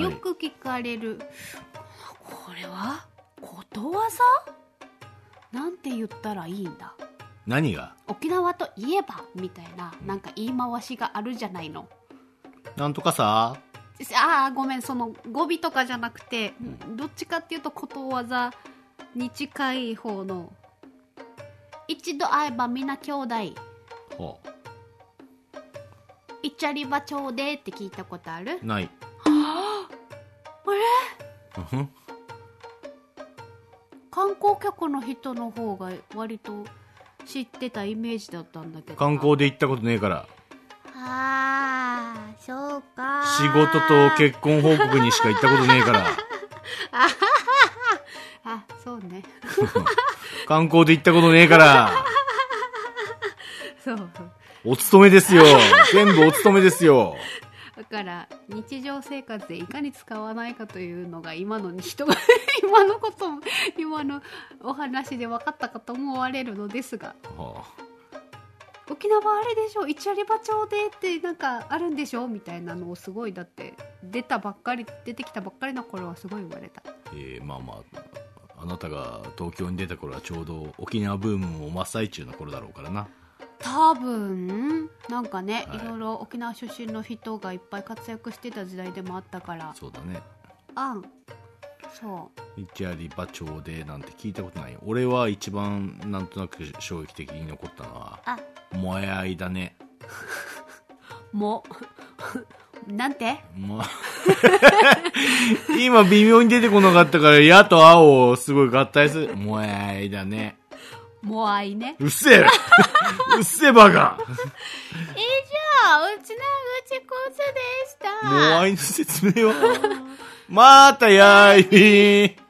よく聞かれる、これはことわざなんて言ったらいいんだ何が沖縄といえばみたいななんか言い回しがあるじゃないのなんとかさああごめんその語尾とかじゃなくて、どっちかっていうとことわざに近い方の一度会えばみんな兄弟ほいっちゃりばちょうでって聞いたことあるうないあれうんふん観光客の人の方が割と知ってたイメージだったんだけど観光で行ったことねえからああそうか仕事と結婚報告にしか行ったことねえから あそう ね観光で行ったことねえからそうお勤めですよ全部お勤めですよだから日常生活でいかに使わないかというのが今の人が 今のことも今のお話で分かったかと思われるのですがほ沖縄あれでしょ一割場町でってなんかあるんでしょみたいなのをすごいだって出たばっかり出てきたばっかりの頃はすごい言われたうえーまあまああなたが東京に出た頃はちょうど沖縄ブームも真っ最中の頃だろうからな多分なんかね、はいい、ろいろ沖縄出身の人がいっぱい活躍してた時代でもあったからそうだねあんそ一あり馬長でなんて聞いたことないよ俺は一番なんとなく衝撃的に残ったのはあ「もえあい」だねうも なんても 今微妙に出てこなかったから「や」と「あ」をすごい合体する「もえあい」だねもあいねうっせえ うっせえバカ以上うちのうちこつでしもうあいの説明はまたやーい